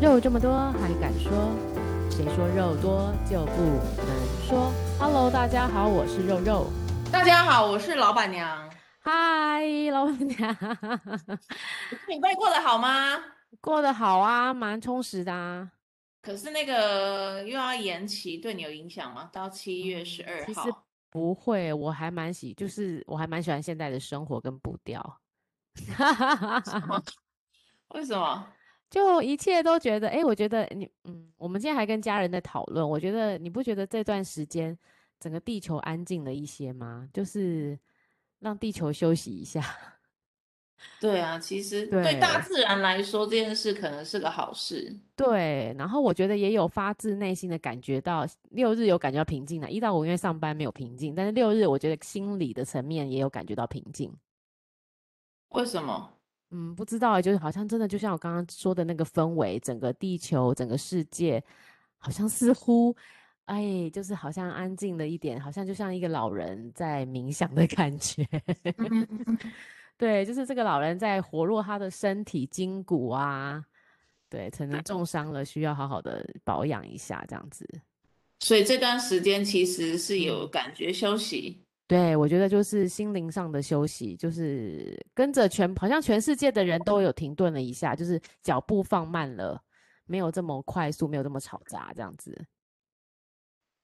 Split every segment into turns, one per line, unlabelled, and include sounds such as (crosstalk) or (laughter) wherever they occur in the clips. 肉这么多还敢说？谁说肉多就不能说？Hello，大家好，我是肉肉。
大家好，我是老板娘。
嗨，老板娘，
礼拜过得好吗？
过得好啊，蛮充实的啊。
可是那个又要延期，对你有影响吗？到七月十二
其实
号。
不会，我还蛮喜，就是我还蛮喜欢现在的生活跟步调。
(laughs) 为什么？
就一切都觉得，哎，我觉得你，嗯，我们今天还跟家人在讨论，我觉得你不觉得这段时间整个地球安静了一些吗？就是让地球休息一下。
对啊，其实
对
对大自然来说，这件事可能是个好事。
对，然后我觉得也有发自内心的感觉到，六日有感觉到平静了。一到五因为上班没有平静，但是六日我觉得心理的层面也有感觉到平静。
为什么？
嗯，不知道欸，就是好像真的就像我刚刚说的那个氛围，整个地球、整个世界，好像似乎，哎，就是好像安静了一点，好像就像一个老人在冥想的感觉。 (laughs)
嗯
对，就是这个老人在活络他的身体筋骨啊，对，可能重伤了，需要好好的保养一下，这样子。
所以这段时间其实是有
嗯
感觉休息。
对，我觉得就是心灵上的休息，就是跟着全，好像全世界的人都有停顿了一下，就是脚步放慢了，没有这么快速，没有这么吵杂，这样子。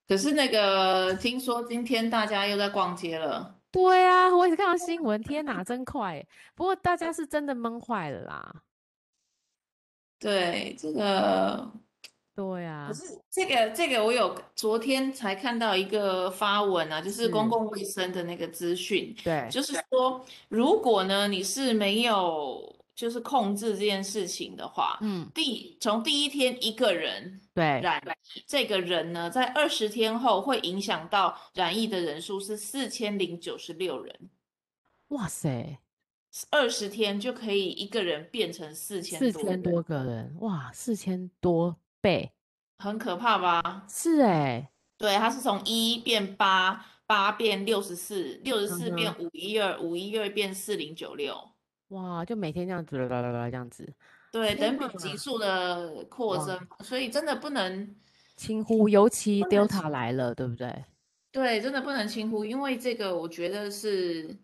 可是那个，听说今天大家又在逛街了。
对啊，我也是看到新闻，天哪，真快欸！不过大家是真的闷坏了啦。
对，这个
对啊
可，是这个这个，我有昨天才看到一个发文啊，就是公
嗯
共卫生的那个资讯，
对，
就是说，如果呢你是没有就是控制这件事情的话，
嗯，
第从第一天一个人
对，
染疫，这个人呢在二十天后会影响到染疫的人数是四千零九十六人，
哇塞，
二十天就可以一个人变成四千
四
多
千
人，
多个人，哇，四千多倍，
很可怕吧？
是哎，
对，它是从一变八，八变六十四，六十四
嗯哼
变五一二，五一二变四零九六。
哇，就每天这样子，啦啦啦啦这样子，
对，
天
等比级
哪
数的扩
哇
增，所以真的不能，
轻忽，尤其
不能
Delta 来了，对不对？
对，真的不能轻忽，因为这个我觉得是，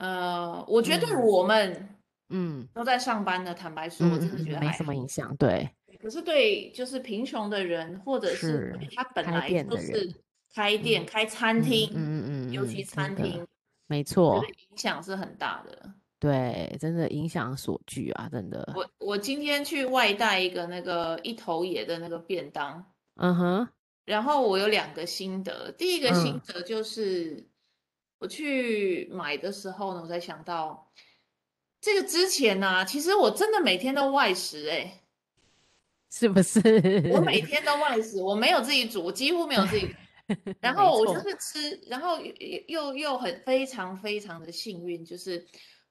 呃，我觉得
嗯
我们
嗯。
都在上班的，坦白说，
嗯
我真
嗯
的觉
嗯，
得
没
还
什么
好。
影响，对，
可是对，就是贫穷的人，或者是
是
对他本
开
来
店
就
的人
是开店、开餐
嗯
厅，
嗯嗯
尤
嗯
其
嗯，
餐
真的，
厅，
没
我觉
错
得，影响是很大的。
对，真的影响所居啊，真的，
我我今天去外带一个那个一头野的那个便当，
嗯哼，
然后我有两个心得。第一个心
嗯
得就是我去买的时候呢，我才想到这个之前呢、其实我真的每天都外食欸诶、
是不是？ (laughs)
我每天都外食，我没有自己煮，我几乎没有自己煮。然
没
后我就
错，
是吃，然后又又又很非常非常的幸运，就是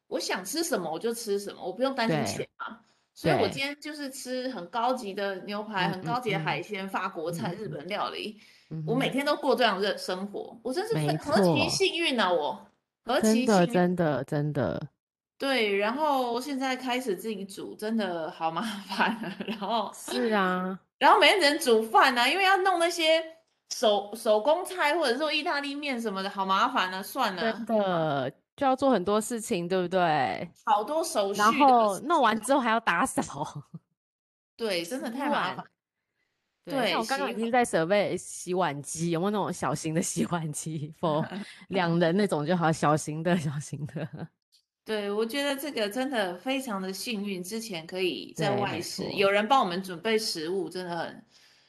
我想吃什么我就吃什么，我不用担心
对
钱嘛。所以我
对，
今天就是吃很高级的牛排，
嗯
很高
嗯
级的海
嗯
鲜、法国
嗯
菜、日
嗯
本料理，
嗯
我每
哼，
天都过这样的生活，我真是非
没
何其
错，
幸运啊！我何
真
其
的
幸运。
真的真的
对，然后现在开始自己煮，真的好麻烦啊。然后。
是啊，
然后每天只能煮饭啊呢、因为要弄那些手手工菜或者说意大利面什么的，好麻烦啊，算
真
了，
的就要做很多事情，对不对？
好多手
然
续的
后
事
弄
情，
完之后还要打扫 (laughs)
对，真的
洗
太麻
碗。
烦。
对，像
对，
我刚刚
洗
已经在准备洗碗机，有没有那种小型的洗碗
(laughs)
机，for 两人那种就好，小型的、小型的。 (laughs)
对，我觉得这个真的非常的幸运，之前可以在
对，
外
没
食，
错，
有人帮我们准备食物，真的很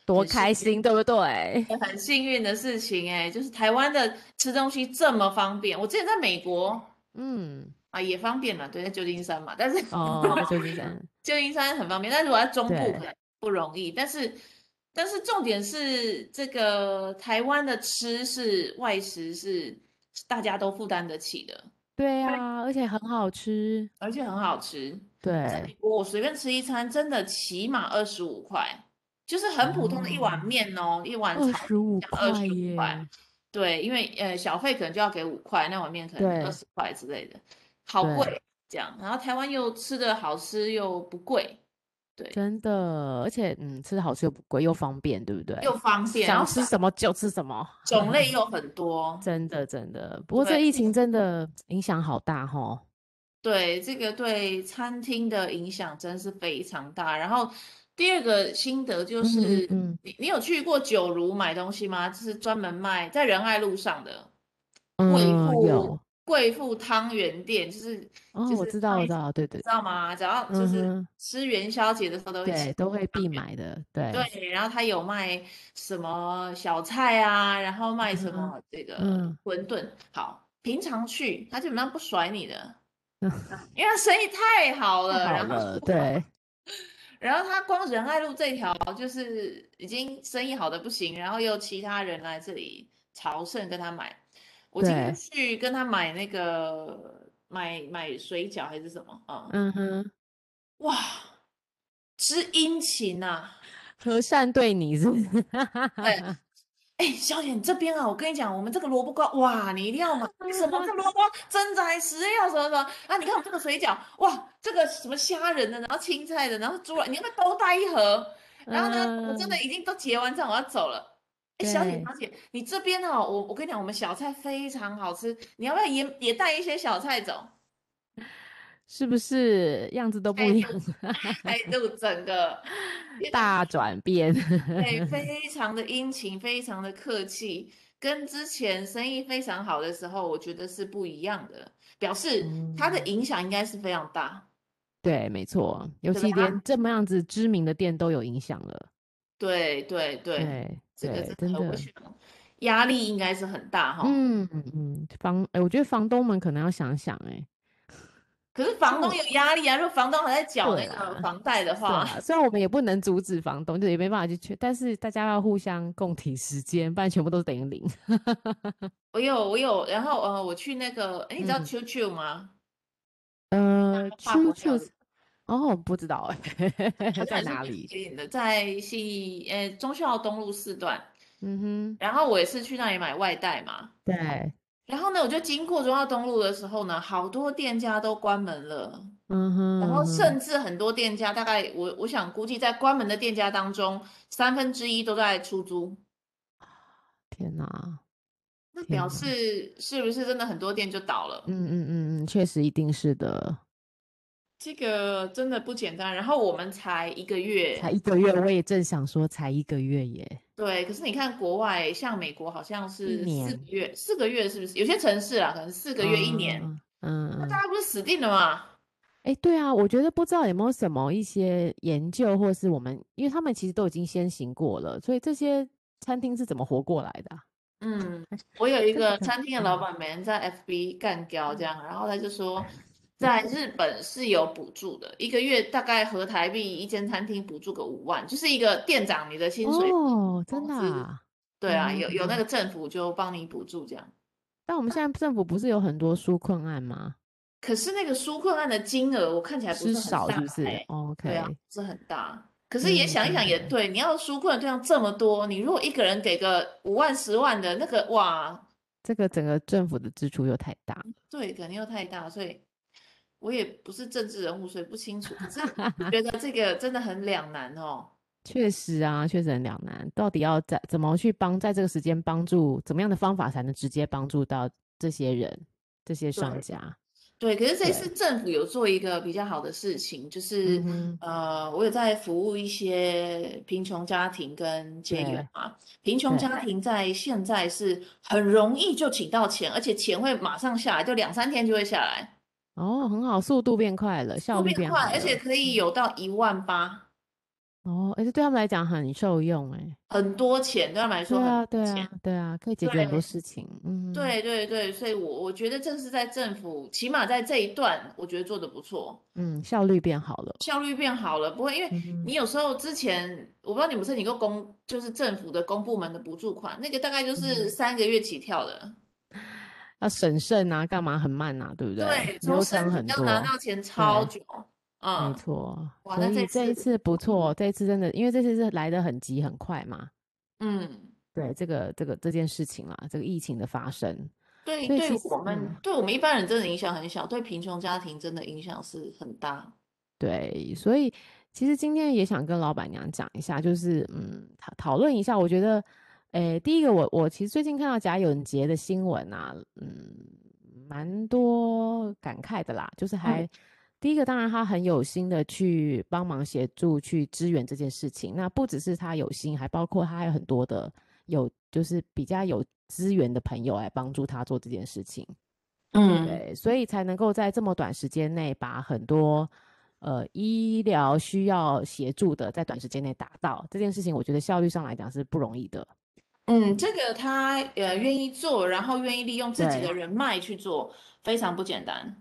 多
很幸
开心，对不对？
运，很幸运的事情哎、就是台湾的吃东西这么方便。我之前在美国
嗯，
啊也方便了，对，在旧金山嘛，但是 (laughs)
哦， (laughs) 在旧金山，
旧金山很方便，但如果在中部可
对，
能不容易。但是，但是重点是这个台湾的吃是外食是大家都负担得起的，
对啊，而且很好吃，
而且很好吃。在
对，
美国，我随便吃一餐真的起码二十五块，就是很普通的一碗
哦，
面哦，一碗
二
炒
十五
要二
块
十五块。
耶，
对，因为呃小费可能就要给五块，那碗面可能二
对
十块之类的，好
对
贵这样。然后台湾又吃的好吃又不贵，对，
真的，而且嗯，吃的好吃又不贵，又方便，对不对？
又方便，然
想
后
吃什么就吃什么，
种类又很多。
真的真的。不过这
对
疫情真的影响好大吼，
对，这个对餐厅的影响真是非常大。然后第二个心得
嗯
就
嗯
是，
嗯
你你有去过九如买东西吗？就是专门卖在仁爱路上的贵
嗯，有
妇贵妇汤圆店，就是
哦，
就
我
是
知道
卖
我知道，对对
知道吗？只要就
嗯
是
哼
吃元宵节的时候都会吃
对，都会
汤
必
圆。
买的，对，
对，然后他有卖什么小菜啊，然后卖什
嗯
么这个
嗯
馄饨。好，平常去他基本上不甩你的，
嗯，
因为他生意太好
太
了。
好
然后， (laughs)
了，对，
然后他光仁爱路这条就是已经生意好的不行，然后又其他人来这里朝圣跟他买。我今天
对，
去跟他买那个买买水饺还是什么啊、
嗯哼，
哇，之殷
(laughs)
勤啊！
和善对你是不是，
对，哎，小姐，你这边啊，我跟你讲，我们这个萝卜糕，哇，你一定要买什么？这萝卜真材实料，什么什么啊？你看我们这个水饺，哇，这个什么虾仁的，然后青菜的，然后猪软，你要不要都带一盒？然后呢，我真
嗯，
的已经都结完账，我要走了。哎，小姐，
对，
小姐，你这边哦，我我跟你讲，我们小菜非常好吃，你要不要也也带一些小
(laughs)
菜走？
嗯是不是样子都不
态
一
度，
样了？
态度整个，天哪！
大转变， (laughs)
对，非常的殷勤，非常的客气，跟之前生意非常好的时候，我觉得是不一样的，表示它的
嗯，
影响应该是非常大，
对，没错，尤
对不对
其
啊？
连这么样子知名的店都有影响了，
对对对，
对
这个
对，
真
真
的，我
的，
想压力应该是很大哈。
嗯嗯，房，哎，我觉得房东们可能要想想，
(laughs)
哎，
可是
虽
房
然
东
我
有压力啊，如果房东还在缴
哦对啊
那个
啦，
房贷的
对
话，
啦，虽然我们也不能阻止房东，就也没办法去劝，但是大家要互相共体时间，不然全部都等于
(laughs)
零。
我有我有，然后呃，我去那个，哎，你知道
嗯，
QQ 吗？
呃
法国
，QQ
料理。
是哦，不知道哎，
(laughs) 好像
在
也是
哪
免
里？
税店的，在西呃忠孝东路四段。
嗯哼，
然后我也是去那里买外带嘛。
对，
然后呢，我就经过忠孝东路的时候呢，好多店家都关门了。
嗯哼
然
嗯
后甚
哼，
至很多店家，大概我我想估计在关门的店家当中，三分之一都在出租。
天哪，
那
天
表
哪，
示是不是真的很多店就倒了？
嗯嗯嗯嗯，确实一定是的，
这个真的不简单。然后我们才一个
才
月，
一个月，我也正想说才一个月耶，
对。可是你看国外，像美国好像
一
是四个
年，
月，四个月是不是？有些城市啊，可能四个月一年，
嗯嗯
那
嗯。
大家不是死定了吗？
哎，诶对啊，我觉得不知道有没有什么一些研究，或是我们，因为他们其实都已经先行过了，所以这些餐厅是怎么活过来的啊 (laughs)
嗯，我有一
真的
个
可能，
餐厅的老
嗯
板，每人在 FB 干掉这样，然后他就
(laughs)
说，在日本是有补助的，一个月大概合台币一间餐厅补助个五万，就是一个店长你的薪水
哦，真
工
的
资，
啊，
对
嗯
啊，
哼
有
嗯
有那
哼。
个政府就帮你补助这样。
但我们现在政府不是有很多纾困案吗？
可是那个纾困案的金额，我看起来不
是
是很
少
大
是不是
哎、
哦
对啊，
？OK，
不是很大。可是也
嗯，
想一
真
想也
的，
对，你要纾困的对象这么多，你如果一个人给个五万、十万的那个，哇，
这个整个政府的支出又太大了，
对，肯定又太大，所以。我也不是政治人物，所以不清楚。可是我觉得这个真的很两难哦。
确实啊，确实很两难。到底要怎怎么去帮，在这个时间帮助，怎么样的方法才能直接帮助到这些人、这些商
对
家？
对，可是这次
对，
政府有做一个比较好的事情，就是
嗯哼，
呃，我有在服务一些贫穷家庭跟结缘
对。
嘛。贫穷
对，
家庭在现在是很容易就请到钱，而且钱会马上下来，就两三天就会下来，
哦，很好，速度变快了，效
速
率
变
变
快，
好
而且
了。
可以
嗯，
有到一万八，
哦，而且对他们来讲很受用，哎，
很多钱，对他们来说
对
很多
啊，对
钱。
啊，对啊，可以解决很多
对。
事情。嗯
对对对，所以我我觉得这是在政府，起码在这一段，我觉得做的不错，
嗯，效率变好了。
效率变好了。不会，因为
嗯哼，
你有时候之前，我不知道你们申请过公，就是政府的公部门的补助款，那个大概就
嗯
是
哼，
三个月起跳的。
要审慎啊，干嘛很慢啊，对不对？
对，从
流
申
程
请
很
到拿
多，
到钱超
对，
久，
没
嗯，
错。
哇，
所
那
以
这
这一
次，
次不错，这一次真的，因为这次是来得很急很快嘛。
嗯，
对，这个这个这件事情啦，啊这个疫情的发生，
对
所以
对
其
我
实
们
嗯。
对我们一般人真的影响很小，对贫穷家庭真的影响是很大。
对，所以其实今天也想跟老板娘讲一下，就是嗯，讨讨论一下。我觉得，诶，第一个我，我其实最近看到贾永杰的新闻啊，嗯，蛮多感慨的啦。就是还、第一个，当然他很有心的去帮忙协助去支援这件事情。那不只是他有心，还包括他还有很多的有就是比较有资源的朋友来帮助他做这件事情。
嗯，
对，所以才能够在这么短时间内把很多呃医疗需要协助的，在短时间内达到这件事情，我觉得效率上来讲是不容易的。
嗯，这个他呃愿意做，然后愿意利用自己的
对
人脉去做，非常不简单。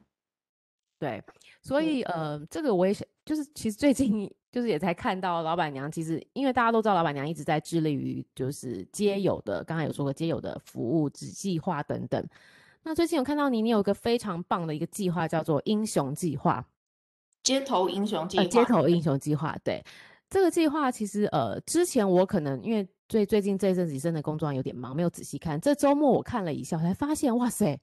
对，所
嗯
以呃，这个我也想，就是其实最近就是也才看到老板娘，其实因为大家都知道老板娘一直在致力于就是街友的，刚才有说过街友的服务、计划等等。那最近有看到你，你有一个非常棒的一个计划，叫做英雄计划。
街头英雄计
呃，
划，
街头英雄计划，对这个计划，其实呃，之前我可能因为最最近这一阵子真的工作有点忙，没有仔细看。这周末我看了一下，我才发现，哇塞，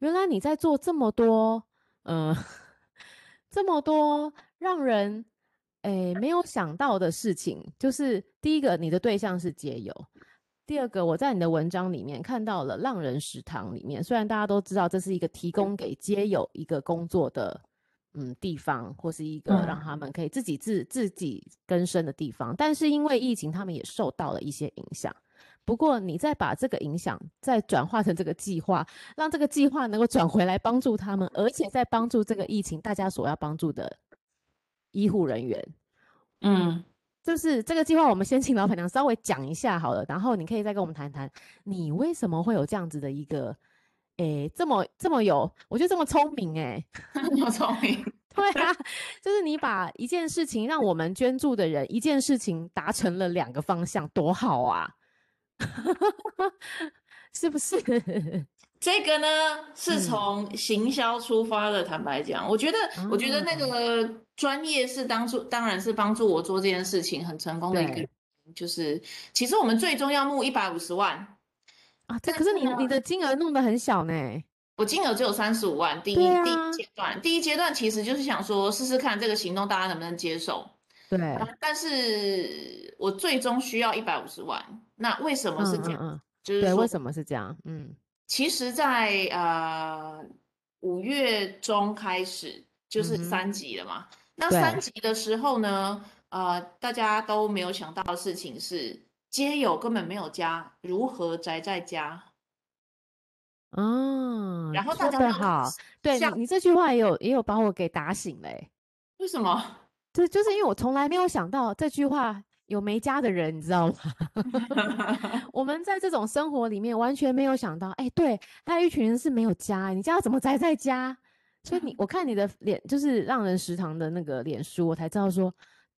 原来你在做这么多，呃， (laughs) 这么多让人诶没有想到的事情。就是第一个，你的对象是街友。第二个，我在你的文章里面看到了浪人食堂里面，虽然大家都知道这是一个提供给街友一个工作的嗯地方，或是一个让他们可以自己自自己更生的地方，但是因为疫情，他们也受到了一些影响。不过，你再把这个影响再转化成这个计划，让这个计划能够转回来帮助他们，而且在帮助这个疫情大家所要帮助的医护人员，
嗯， (laughs)
就是这个计划，我们先请老板娘稍微讲一下好了，然后你可以再跟我们谈谈，你为什么会有这样子的一个，诶，这么这么有，我觉得这么聪明诶， (laughs)
好聪明。
对啊，就是你把一件事情让我们捐助的人一件事情达成了两个方向，多好啊， (laughs) 是不是？
这个呢是
嗯
从行销出发的，坦白讲，我觉得，
嗯
我觉得那个专业是当初当然是帮助我做这件事情很成功的一个
对
原因，就是其实我们最终要募一百五十万，
啊，这
但
可是
是
你你的金额弄得很小呢，
我金额只有三十五万，第一
对
第
啊
一阶段，第一阶段其实就是想说试试看这个行动大家能不能接受，
对，
啊但是我最终需要一百五十万，那为什么
嗯
是
嗯
这样？
嗯，
就是
对，
说
为什么是这样？嗯
其实在，呃五月中开始就
嗯
是
哼
三级了嘛。那
对
三级的时候呢，呃，大家都没有想到的事情是，街友根本没有家，如何宅在家？
啊，
然后
说
大家
得
都
好，对
像
你你这句话也有也有把我给打醒嘞，
为什么？ (laughs)
这就是因为我从来没有想到这句话有没家的人，你知道吗？ (laughs) 我们在这种生活里面完全没有想到，哎，对，还有一群人是没有家，你家要怎么宅在家？所以你我看你的脸，就是让人食堂的那个脸书，我才知道说，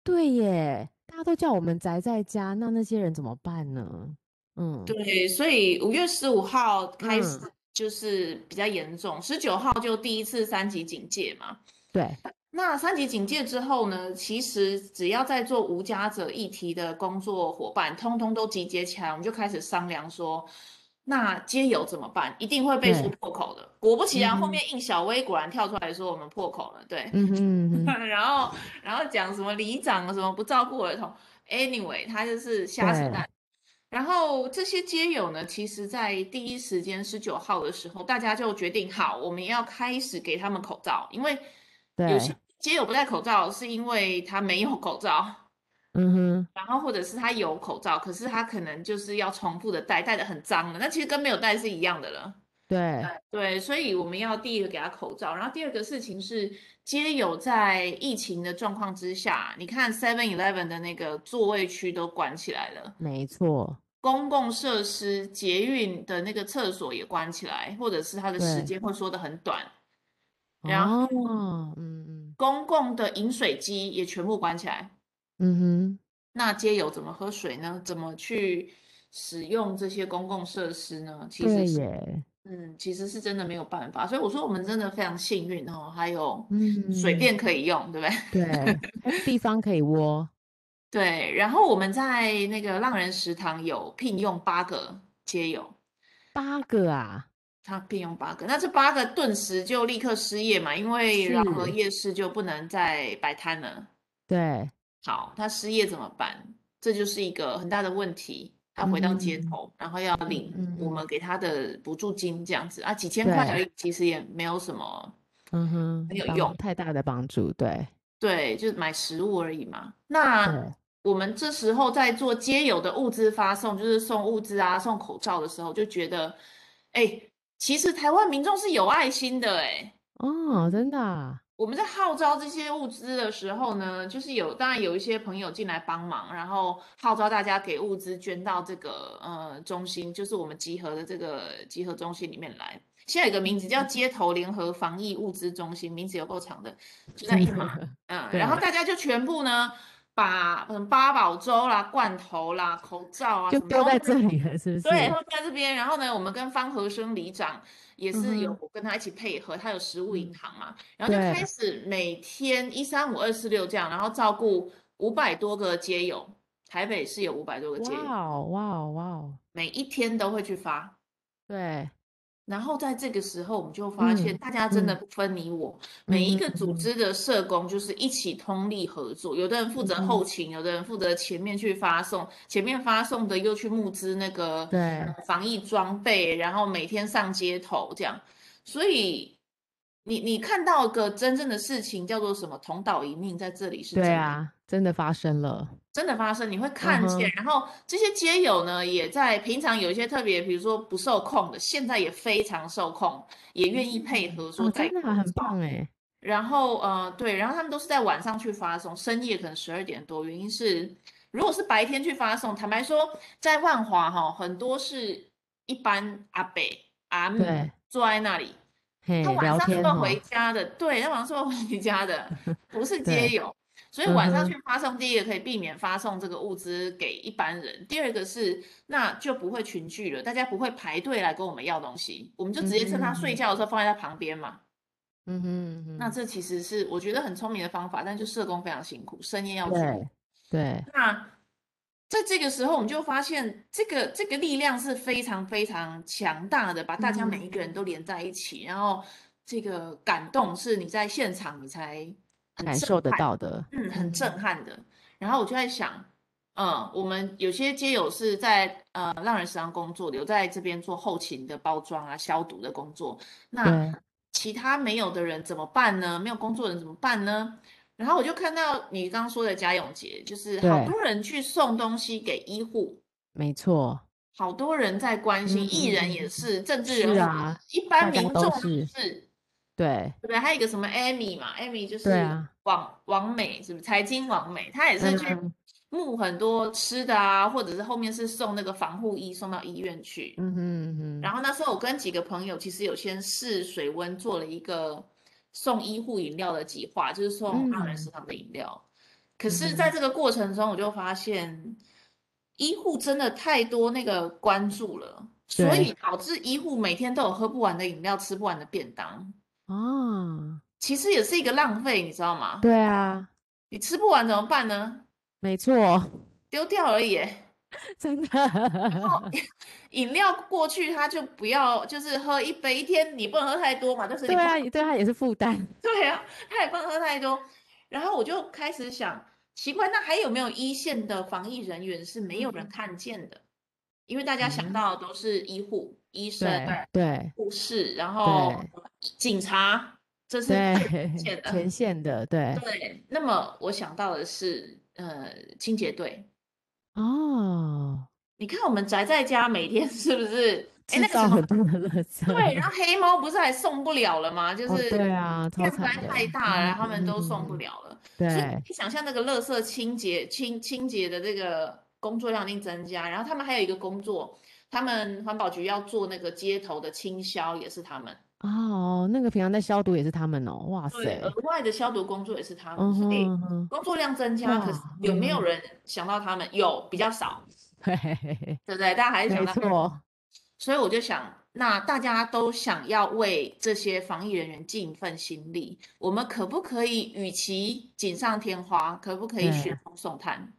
对耶，大家都叫我们宅在家，那那些人怎么办呢？嗯，
对，所以五月十五号开始
嗯
就是比较严重，十九号就第一次三级警戒嘛。
对，
那三级警戒之后呢，其实只要在做无家者议题的工作伙伴，通通都集结起来，我们就开始商量说，那街友怎么办？一定会被说
对
破口的。果不其然，
嗯哼
后面应小薇果然跳出来说我们破口了， (laughs) 对。
嗯哼嗯哼，
然后，然后讲什么里长什么不照顾儿童，anyway，他就是瞎扯
对
淡。然后这些街友呢，其实在第一时间十九号的时候，大家就决定好，我们要开始给他们口罩，因为有些
对，
街友不戴口罩是因为他没有口罩，
嗯哼，
然后或者是他有口罩，可是他可能就是要重复的戴，戴的很脏了，那其实跟没有戴是一样的了。呃
对，
对，所以我们要第一个给他口罩，然后第二个事情是，街友在疫情的状况之下，你看 Seven Eleven 的那个座位区都关起来了，
没错，
公共设施、捷运的那个厕所也关起来，或者是它的时
对，
间会缩得很短，然后
哦，嗯嗯
公共的饮水机也全部关起来。
嗯哼。
那街友怎么喝水呢？怎么去使用这些公共设施呢？其实
对
是，
耶，
嗯，其实是真的没有办法。所以我说我们真的非常幸运哦，还有水
嗯，
电可以用，对不 (laughs) 对？
对，还有地方可以窝，
对。然后我们在那个浪人食堂有聘用八个街友，
八个啊，
他聘用八个，那这八个顿时就立刻失业嘛，因为饶河
是
夜市就不能再摆摊了。
对，
好，他失业怎么办？这就是一个很大的问题。他回到街
嗯
头，然后要领
嗯
我
嗯
们给他的补助金，这样子啊，几千块而已，其实也没有什么。
嗯哼，
没有
帮
用
太大的帮助，对
对，就是买食物而已嘛。那
对，
我们这时候在做街友的物资发送，就是送物资啊、送口罩的时候，就觉得，哎，其实台湾民众是有爱心的，哎。
哦，真的啊，
我们在号召这些物资的时候呢，就是有当然有一些朋友进来帮忙，然后号召大家给物资捐到这个呃中心，就是我们集合的这个集合中心里面来。现在有个名字叫
嗯
街头联合防疫物资中心，名字有够长的，就在一马，
(laughs)
嗯，然后
对啊
大家就全部呢把嗯八宝粥啦、罐头啦、口罩啊
就
什么，
丢
然后
在
就
这里了，是不是？
对，他们在这边。然后呢，我们跟方和生里长也是有
嗯
我跟他一起配合，他有食物银
嗯
行嘛，然后就开
对，
始每天一三五二四六这样，然后照顾五百多个街友，台北市有五百多个街
哇
友，
哦，哇哦，哇哦，
每一天都会去发。
对，
然后在这个时候，我们就发现
嗯
大家真的
嗯
不分你我，每一
嗯
个
哼
组织的社工就是一起通力合作，有的人负
嗯
责后
哼，
勤，有的人负责前面去发送，前面发送的又去募资那个呃
对，
防疫装备，然后每天上街头这样。所以你你看到个真正的事情叫做什么？同岛一命在这里是
对
真的。
啊，真的发生了，
真的发生，你会
嗯
看见。
哼，
然后这些街友呢，也在平常有一些特别，比如说不受控的，现在也非常受控，也愿意配
嗯，
合说
哦，
戴
真的啊
口
很棒
罩。
哎，
然后呃，对，然后他们都是在晚上去发送，深夜可能十二点多。原因是，如果是白天去发送，坦白说，在万华哈、很多是一般阿伯阿姆
对，
坐在那里，他
嘿，
晚
哎聊
上是
天
会回
哈，
家的，对，他晚上是会回家的，
(laughs)
不是街
对，
友，所以
嗯
晚上去
哼，
发送，第一个可以避免发送这个物资给一般人，第二个是那就不会群聚了，大家不会排队来跟我们要东西，我们就直
嗯
接
哼
趁他
嗯
睡
哼，
觉的时候放在他旁边嘛。
嗯哼嗯
那
哼，
这其实是我觉得很聪明的方法，但就社工非常辛苦，深夜要注意。
对对，
那在这个时候，我们就发现这个这个力量是非常非常强大的，把大家每
嗯
一个人都连在一起，然后这个感动是你在现场你才很
感
震
受得
撼，
到的，
嗯，很
嗯
震
哼，
撼的。然后我就在想，嗯，我们有些街友是在呃浪人食堂工作的，有在这边做后勤的包装啊、消毒的工作，那
对，
其他没有的人怎么办呢？没有工作的人怎么办呢？然后我就看到你刚刚说的贾永杰，就是好
对，
多人去送东西给医护，
没错，
好多人在关心，
嗯
艺人也
嗯嗯，
是，政治人
是
物也
啊，
是，一般
大家
民
都
众都
是，
是，对
对
不对？还有一个什么 Amy 嘛，Amy 就
对
是
啊，
网网美，是不是财经网美？她也是去
嗯
募很多吃的啊，或者是后面是送那个防护衣送到医院去。
嗯哼嗯哼。
然后那时候我跟几个朋友，其实有先试水温做了一个送医护饮料的计划，就是送二人
嗯
食堂的饮料。可
嗯
是，在
哼，
这个过程中，我就发现医护真的太多那个关注了，所以
对
导致医护每天都有喝不完的饮料、吃不完的便当，
啊，
其实也是一个浪费，你知道吗？
对啊，
你吃不完怎么办呢？
没错， (laughs)
丢掉而已耶。
真的，
然后饮料过去，他就不要，就是喝一杯，一天你不能喝太多嘛，但是你
对
不
啊，对他也是负担，
(laughs) 对啊，他也不能喝太多。然后我就开始想，奇怪，那还有没有一线的防疫人员是没有人
嗯
看见的？因为大家想
嗯，
到的都是医护、医生、
对对
护士，然后
对
警察，这是最明
对，
显的。
前线的，对，
对，那么我想到的是，呃，清洁队。
哦，
你看我们宅在家，每天是不是？
制
哎，那个什
造
么，
很多的垃
对，
圾，
然后黑猫不是还送不了了吗？就
哦，
是
对啊，超
量实
惨
在
的，
太大了，然
嗯
后他们
嗯
都送不
嗯，
了了，所以你
对，
可以想象那个垃圾清洁清清洁的这个工作量一定增加。然后他们还有一个工作，他们环保局要做那个街头的清消，也是他们。
哦，那个平常在消毒也是他们哦，哇
对，额
塞，
外的消毒工作也是他们，
嗯
所以
哼嗯哼，
工作量增加，可是
哇，
有
嗯
没有
哼，
人想到他们？有，比较少，
对，
对不对？大家还是想
没
到他们。
错，
所以我就想，那大家都想要为这些防疫人员尽一份心力，我们可不可以与其锦上添花，可不可以雪
对，
中送炭？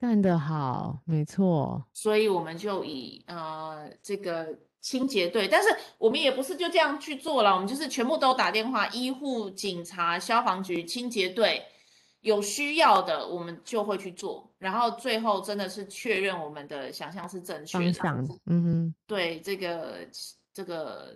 干得好，没错，
所以我们就以呃这个清洁队，但是我们也不是就这样去做了，我们就是全部都打电话，医护、警察、消防局、清洁队，有需要的，我们就会去做，然后最后真的是确认我们的想象是正确
方
的，
向，嗯哼，
对这个这个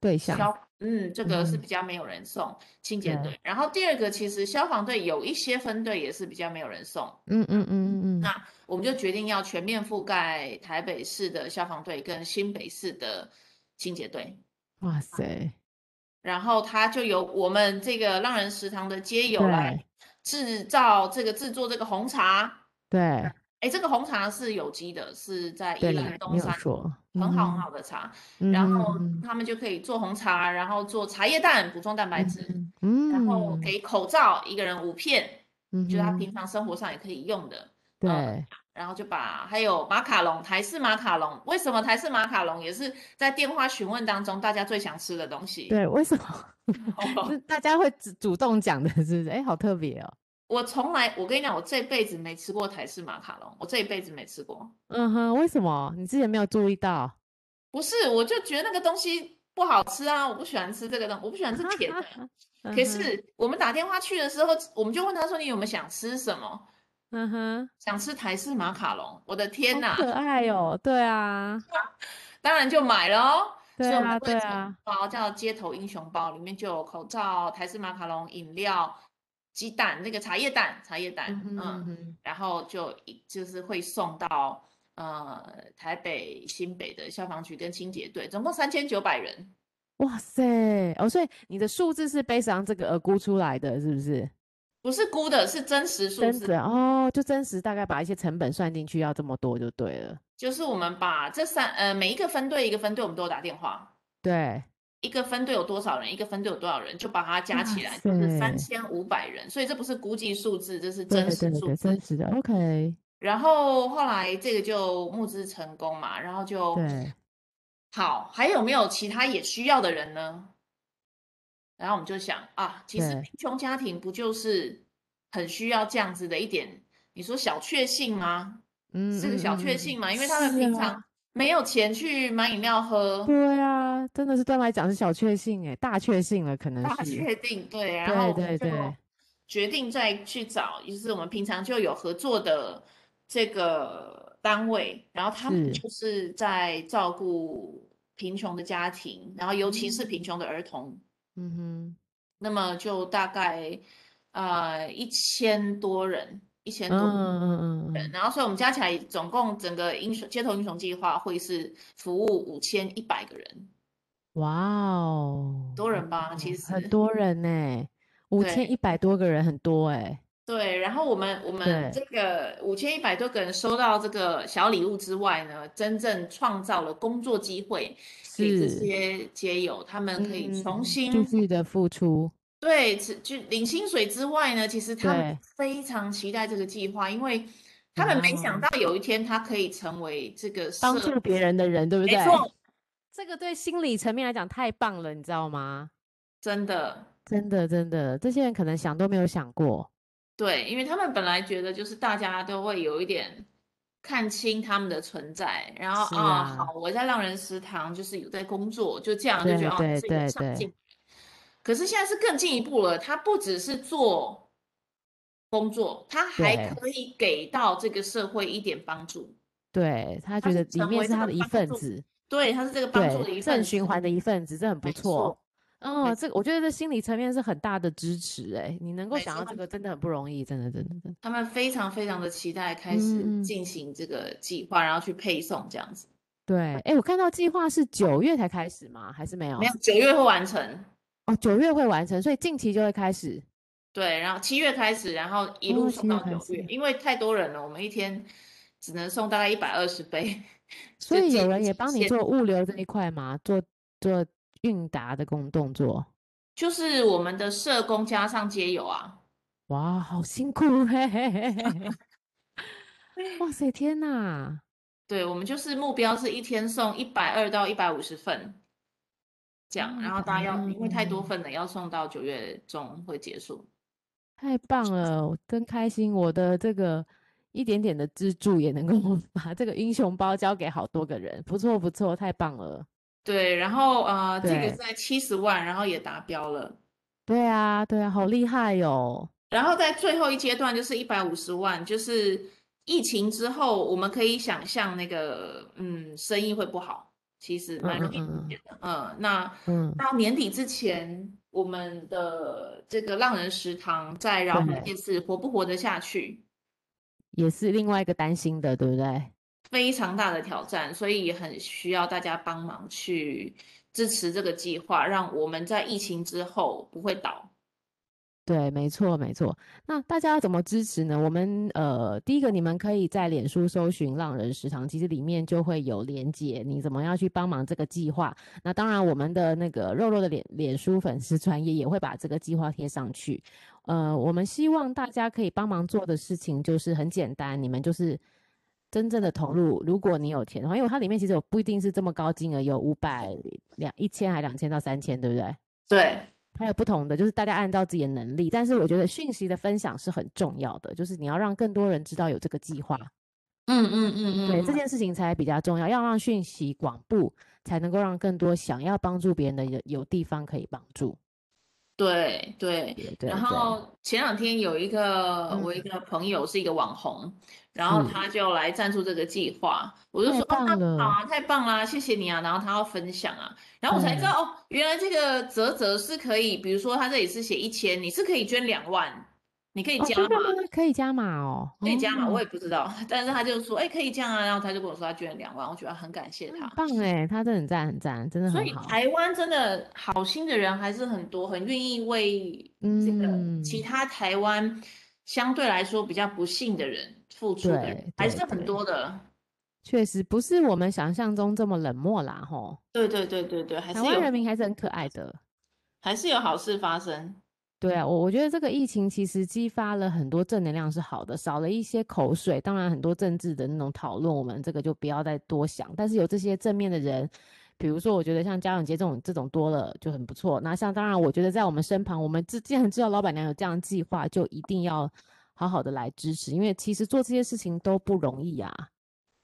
对
消
象，，
嗯，这个是
嗯
比较没有人送清洁
对
队。然后第二个，其实消防队有一些分队也是比较没有人送，
嗯嗯嗯嗯嗯，
那我们就决定要全面覆盖台北市的消防队跟新北市的清洁队。
哇塞，
然后它就由我们这个浪人食堂的街友来
对
制造这个制作这个红茶。
对
哎，这个红茶是有机的，是在宜
对，你
兰东
你有
山，
说，
很好很
嗯
好的茶。
嗯
然后
嗯
他们就可以做红茶，然后做茶叶蛋补充蛋白质，
嗯
然后
嗯
给口罩一个人五片，
嗯
就是他
哼，
平常生活上也可以用的。呃
对，
然后就把还有马卡龙，台式马卡龙，为什么台式马卡龙也是在电话询问当中大家最想吃的东西？
对，为什么
哦
是大家会主主动讲的？是不是？哎，好特别哦。
我从来，我跟你讲，我这辈子没吃过台式马卡龙，我这一辈子没吃过。
嗯哼，为什么你之前没有注意到？
不是，我就觉得那个东西不好吃啊，我不喜欢吃这个东我不喜欢吃甜的。
(laughs) 嗯
可
哼，
是我们打电话去的时候，我们就问他说：“你有没有想吃什么？
嗯哼，
想吃台式马卡龙？”我的天
好
哪！嗯
可爱哦。对啊，
当然就买了哦。所
对
以我们
啊，
会
对
有一
啊，
包叫街头英雄包，里面就有口罩、台式马卡龙、饮料、鸡蛋，那个茶叶蛋，茶叶
嗯
蛋，
哼嗯
嗯，
哼，
然后就一就是会送到呃台北新北的消防局跟清洁队，总共三千九百人。
哇塞，哦，所以你的数字是 based on 这个而估出来的，是不是？
不是估的，是真实数
真
字。嗯
的哦，就真实大概把一些成本算进去，要这么多就对了。
就是我们把这三呃每一个分队一个分队，我们都有打电话，
对，
一个分队有多少人，一个分队有多少人，就把它加
哇
起来，就是三
塞，
千五百人。所以这不是估计数字，这是
对
真实
对
数
对，
字。
真实的，OK，
然后后来这个就募资成功嘛，然后就
对，
好，还有没有其他也需要的人呢？然后我们就想啊，其实
对，
贫穷家庭不就是很需要这样子的一点，你说小确幸吗？
嗯
是个小
嗯
确
嗯，
幸嘛，因为他们
是
平
啊，
常没有钱去买饮料喝，
对啊，真的是对他们来讲是小确幸诶，大确幸了，可能
大
是，
确定对，然后
对
我们
对
就
对，
决定再去找，就是我们平常就有合作的这个单位，然后他们
是，
就是在照顾贫穷的家庭，然后尤其是贫
嗯
穷的儿童，
嗯哼，
那么就大概呃一千多人，
嗯
一千多
嗯嗯
人，
嗯，
然后所以我们加起来总共整个英雄街头英雄计划会是服务五千一百个人。
哇哦，
多人吧，其
很
实
多人呢，五千
对
一百多个人，很多哎诶，
对。然后我们我们
对，
这个五千一百多个人收到这个小礼物之外呢，真正创造了工作机会给这
是，
些街友，他们可以重
嗯，继
新
续的付出，
对，只就领薪水之外呢，其实他们
对，
非常期待这个计划，因为他们没想
哇，
到有一天他可以成为这个
帮
社，
助别啊人的人，对不
没
对？
错，
这个对心理层面来讲太棒了，你知道吗？
真的。
真的，真的，这些人可能想都没有想过。
对，因为他们本来觉得就是大家都会有一点看清他们的存在，然后
是
啊、
啊，
好，我在浪人食堂就是有在工作，就这样就觉
对
得
对
哦，你是一个
对
上
对，
进。可是现在是更进一步了，他不只是做工作，他还
对
可以给到这个社会一点帮助，
对，他
他
觉得
是
里
成
面
为
是
这
他
个
的一
帮
份
助，
子，
对，他是这个帮助
对，
的一
正
份
循
子，
环的一份子，这很不
没
错。
错，
嗯，
没
这个我
错，
觉得这心理层面是很大的支持、欸，哎，你能够
没
想
错。嗯
到这个真的很不容易，真的，真的，真的。
他们非常非常的期待开始
嗯嗯，
进行这个计划，然后去配送这样子。
对，哎，我看到计划是九月才开始吗？还是没有？
没有，九月会完成，
哦，九月会完成，所以近期就会开始。
对，然后七月开始，然后一路
哦，
送
七月
到
开
九
始，
月，因为太多人了，我们一天只能送大概一百二十杯， (laughs)
所
就
以
极
有人也
极
帮你
限。
做物流这一块吗？做做运达的工动作。
就是我们的社工加上街友啊，
哇，好辛苦嘿嘿嘿嘿
(laughs)
嘿！哇塞，天呐！
对，我们就是目标是一天送一百二到一百五十份这样，
哦，一
然后
百
大家要因为太多
二，嗯
份了，要送到九月中会结束。
太棒了，我真开心！我的这个一点点的资助也能够 (laughs) 把这个英雄包交给好多个人，不错不错，太棒了！
对，然后呃，这个
对
在七十万，然后也达标了。
对啊，对啊，好厉害哟、
然后在最后一阶段就是一百五十万，就是疫情之后，我们可以想象那个嗯生意会不好，其实蛮
嗯
明
嗯
显的。嗯，那
嗯
到年底之前，我们的这个浪人食堂在饶河
对
夜市活不活得下去，
也是另外一个担心的，对不对？
非常大的挑战，所以也很需要大家帮忙去支持这个计划，让我们在疫情之后不会倒。
对，没错，没错。那大家要怎么支持呢？我们呃，第一个，你们可以在脸书搜寻“浪人食堂”，其实里面就会有连结，你怎么样去帮忙这个计划？那当然，我们的那个肉肉的脸脸书粉丝专业也会把这个计划贴上去。呃，我们希望大家可以帮忙做的事情就是很简单，你们就是真正的投入。如果你有钱的话，因为它里面其实有不一定是这么高金额，有五百、两一千还两千到三千，对不对？
对，
还有不同的，就是大家按照自己的能力，但是我觉得讯息的分享是很重要的，就是你要让更多人知道有这个计划，
嗯嗯嗯
对
嗯
这件事情才比较重要，要让讯息广布，才能够让更多想要帮助别人的有有地方可以帮助。
对对。
对对哦
然
对
后前两天有一个我一个朋友是一个网红，然后
嗯
他就来赞助这个计划，我就
太
说哦，那
棒了
好啊，太棒啦，谢谢你啊。然后他要分享啊，然后我才知
对
道哦，原来这个泽泽是可以，比如说他这里是写一千，你是可以捐两万，你可以
哦，
加
真的
码，
吗？可以加码哦，
可以加码，我
也
也不知道， (laughs) 但是他就说哎可以这样啊，然后他就跟我说他捐了两万，我觉得很感谢
很
他。
棒哎，他真的很赞很赞，真的
所
很
以
好。
台湾真的好心的人还是很多，很愿意为这个
嗯
其他台湾相对来说比较不幸的人付出的人
对
还
对
是很
对
多的。
确实不是我们想象中这么冷漠啦吼，
对对对对对，还
台
是
湾人
有
民还是很可爱的。
还是有好事发生。
对
嗯
啊，我我觉得这个疫情其实激发了很多正能量，是好的，少了一些口水。当然，很多政治的那种讨论，我们这个就不要再多想。但是有这些正面的人，比如说，我觉得像家长节这种这种多了就很不错。那像当然，我觉得在我们身旁，我们既既然知道老板娘有这样的计划，就一定要好好的来支持，因为其实做这些事情都不容易啊。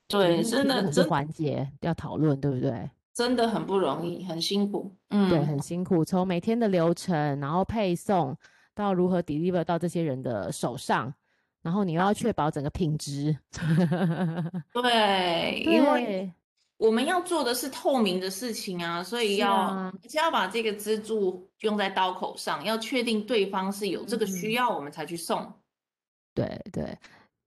对，
只是
真
有
的
很多
真
环节要讨论，对不对？
真的很不容易，很辛苦。
对，
嗯，
很辛苦，从每天的流程，然后配送到如何 deliver 到这些人的手上，然后你又要确保整个品质。 (laughs)
对，因为
对，
我们要做的是透明的事情啊，所以
是
要
啊
而且要把这个资助用在刀口上，要确定对方是有这个需
嗯
要，我们才去送。
对对，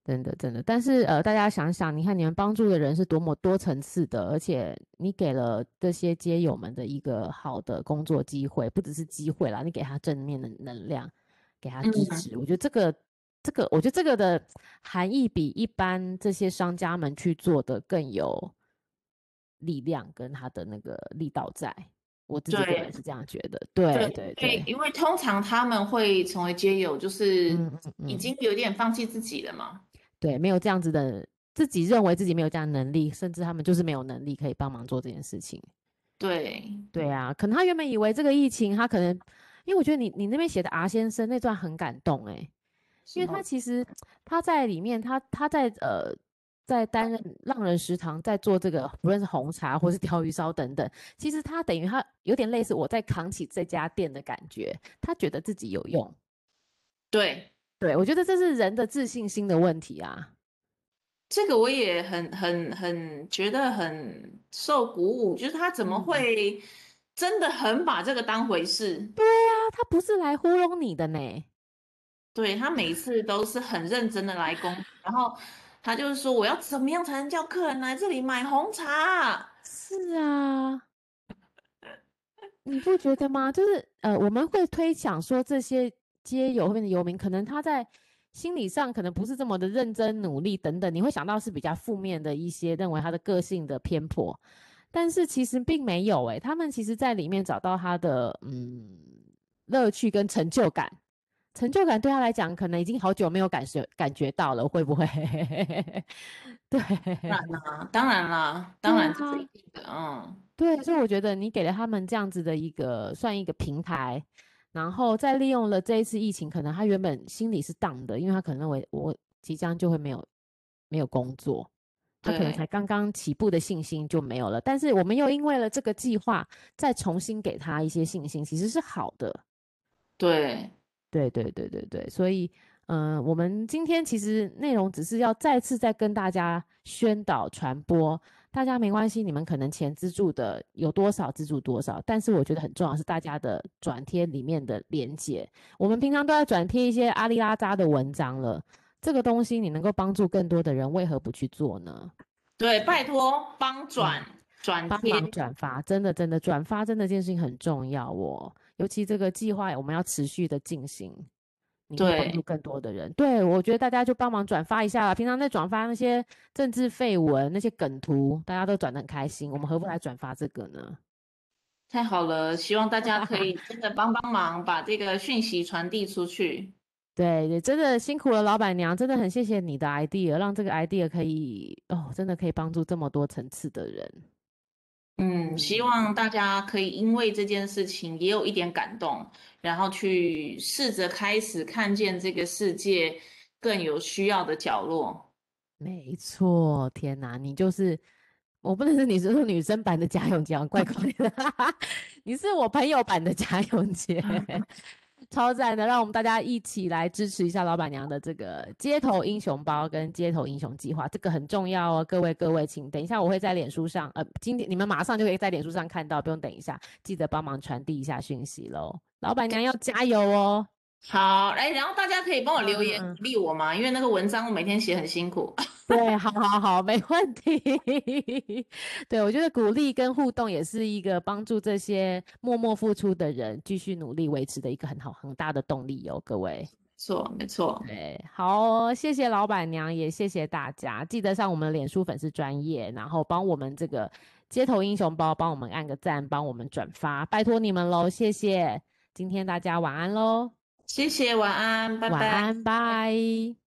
真的真的。但是呃，大家想想，你看你们帮助的人是多么多层次的，而且你给了这些街友们的一个好的工作机会，不只是机会啦，你给他正面的能量，给他支
嗯
持。我觉得这个这个，我觉得这个的含义比一般这些商家们去做的更有力量跟他的那个力道在。我自己个
对
人是这样觉得，对对
因为
对，
因为通常他们会成为街友，就是
嗯嗯嗯，
已经有点放弃自己了嘛。
对，没有这样子的，自己认为自己没有这样的能力，甚至他们就是没有能力可以帮忙做这件事情。
对，
对啊，可能他原本以为这个疫情，他可能，因为我觉得你你那边写的 R 先生那段很感动诶、
是
因为他
吗
其实他在里面，他他在呃在担任浪人食堂，在做这个不论是红茶或是鲷鱼烧等等，其实他等于他有点类似我在扛起这家店的感觉，他觉得自己有用。
对，
对，我觉得这是人的自信心的问题啊。
这个我也很很很觉得很受鼓舞，就是他怎么
嗯
会真的很把这个当回事？
啊他他不是来糊弄你的呢。
对，他每次都是很认真的来攻，然后他就是说我要怎么样才能叫客人来这里买红茶啊？
是啊，你不觉得吗？就是呃，我们会推想说这些街友后面的游民，可能他在心理上可能不是这么的认真努力等等，你会想到是比较负面的一些，认为他的个性的偏颇，但是其实并没有诶、欸他们其实在里面找到他的嗯乐趣跟成就感。成就感对他来讲，可能已经好久没有感受感觉到了，会不会？对，
当然啦，当然啦，当
对
然这是
啊
一定的，嗯，
对，所以我觉得你给了他们这样子的一个算一个平台，然后再利用了这一次疫情，可能他原本心里是荡的，因为他可能认为我即将就会没有没有工作，他可能
对。
才刚刚起步的信心就没有了。但是我们又因为了这个计划，再重新给他一些信心，其实是好的。
对，
对对对对对，所以，嗯、我们今天其实内容只是要再次再跟大家宣导传播，大家没关系，你们可能钱资助的有多少资助多少，但是我觉得很重要是大家的转贴里面的连接，我们平常都在转贴一些阿里拉扎的文章了，这个东西你能够帮助更多的人，为何不去做呢？
对，拜托帮转转
嗯帮
贴，
忙转发，真的真的转发真的这件事情很重要哦，尤其这个计划我们要持续的进行，你可以帮
对
助更多的人。对我觉得大家就帮忙转发一下啦，平常在转发那些政治绯闻、那些梗图，大家都转的很开心，我们何不来转发这个呢？
太好了，希望大
(laughs)
家可以真的帮帮忙，把这个讯息传递出去。
对，也真的辛苦了，老板娘，真的很谢谢你的 idea，让这个 idea 可以哦，真的可以帮助这么多层次的人。
嗯，希
嗯
望大家可以因为这件事情也有一点感动，然后去试着开始看见这个世界更有需要的角落。
没错，天哪，你就是我不能是你是说女生版的贾永杰，啊怪怪的， (laughs) 你是我朋友版的贾永杰，超赞的，让我们大家一起来支持一下老板娘的这个街头英雄包跟街头英雄计划，这个很重要哦，各位各位，请等一下我会在脸书上，呃，今天你们马上就可以在脸书上看到，不用等一下，记得帮忙传递一下讯息喽，老板娘要加油哦。
好，哎，然后大家可以帮我留言
嗯嗯
鼓励我吗？因为那个文章我每天写很辛苦。
(laughs)
(laughs)
对，好好好，没问题。 (laughs) 对，我觉得鼓励跟互动也是一个帮助这些默默付出的人继续努力维持的一个很好很大的动力哟、各位。
没错，没错。
对，好哦、谢谢老板娘，也谢谢大家，记得上我们的脸书粉丝专业，然后帮我们这个街头英雄包帮我们按个赞，帮我们转发，拜托你们喽，谢谢。今天大家晚安喽，
谢谢，晚安，拜
晚
拜。
安，拜。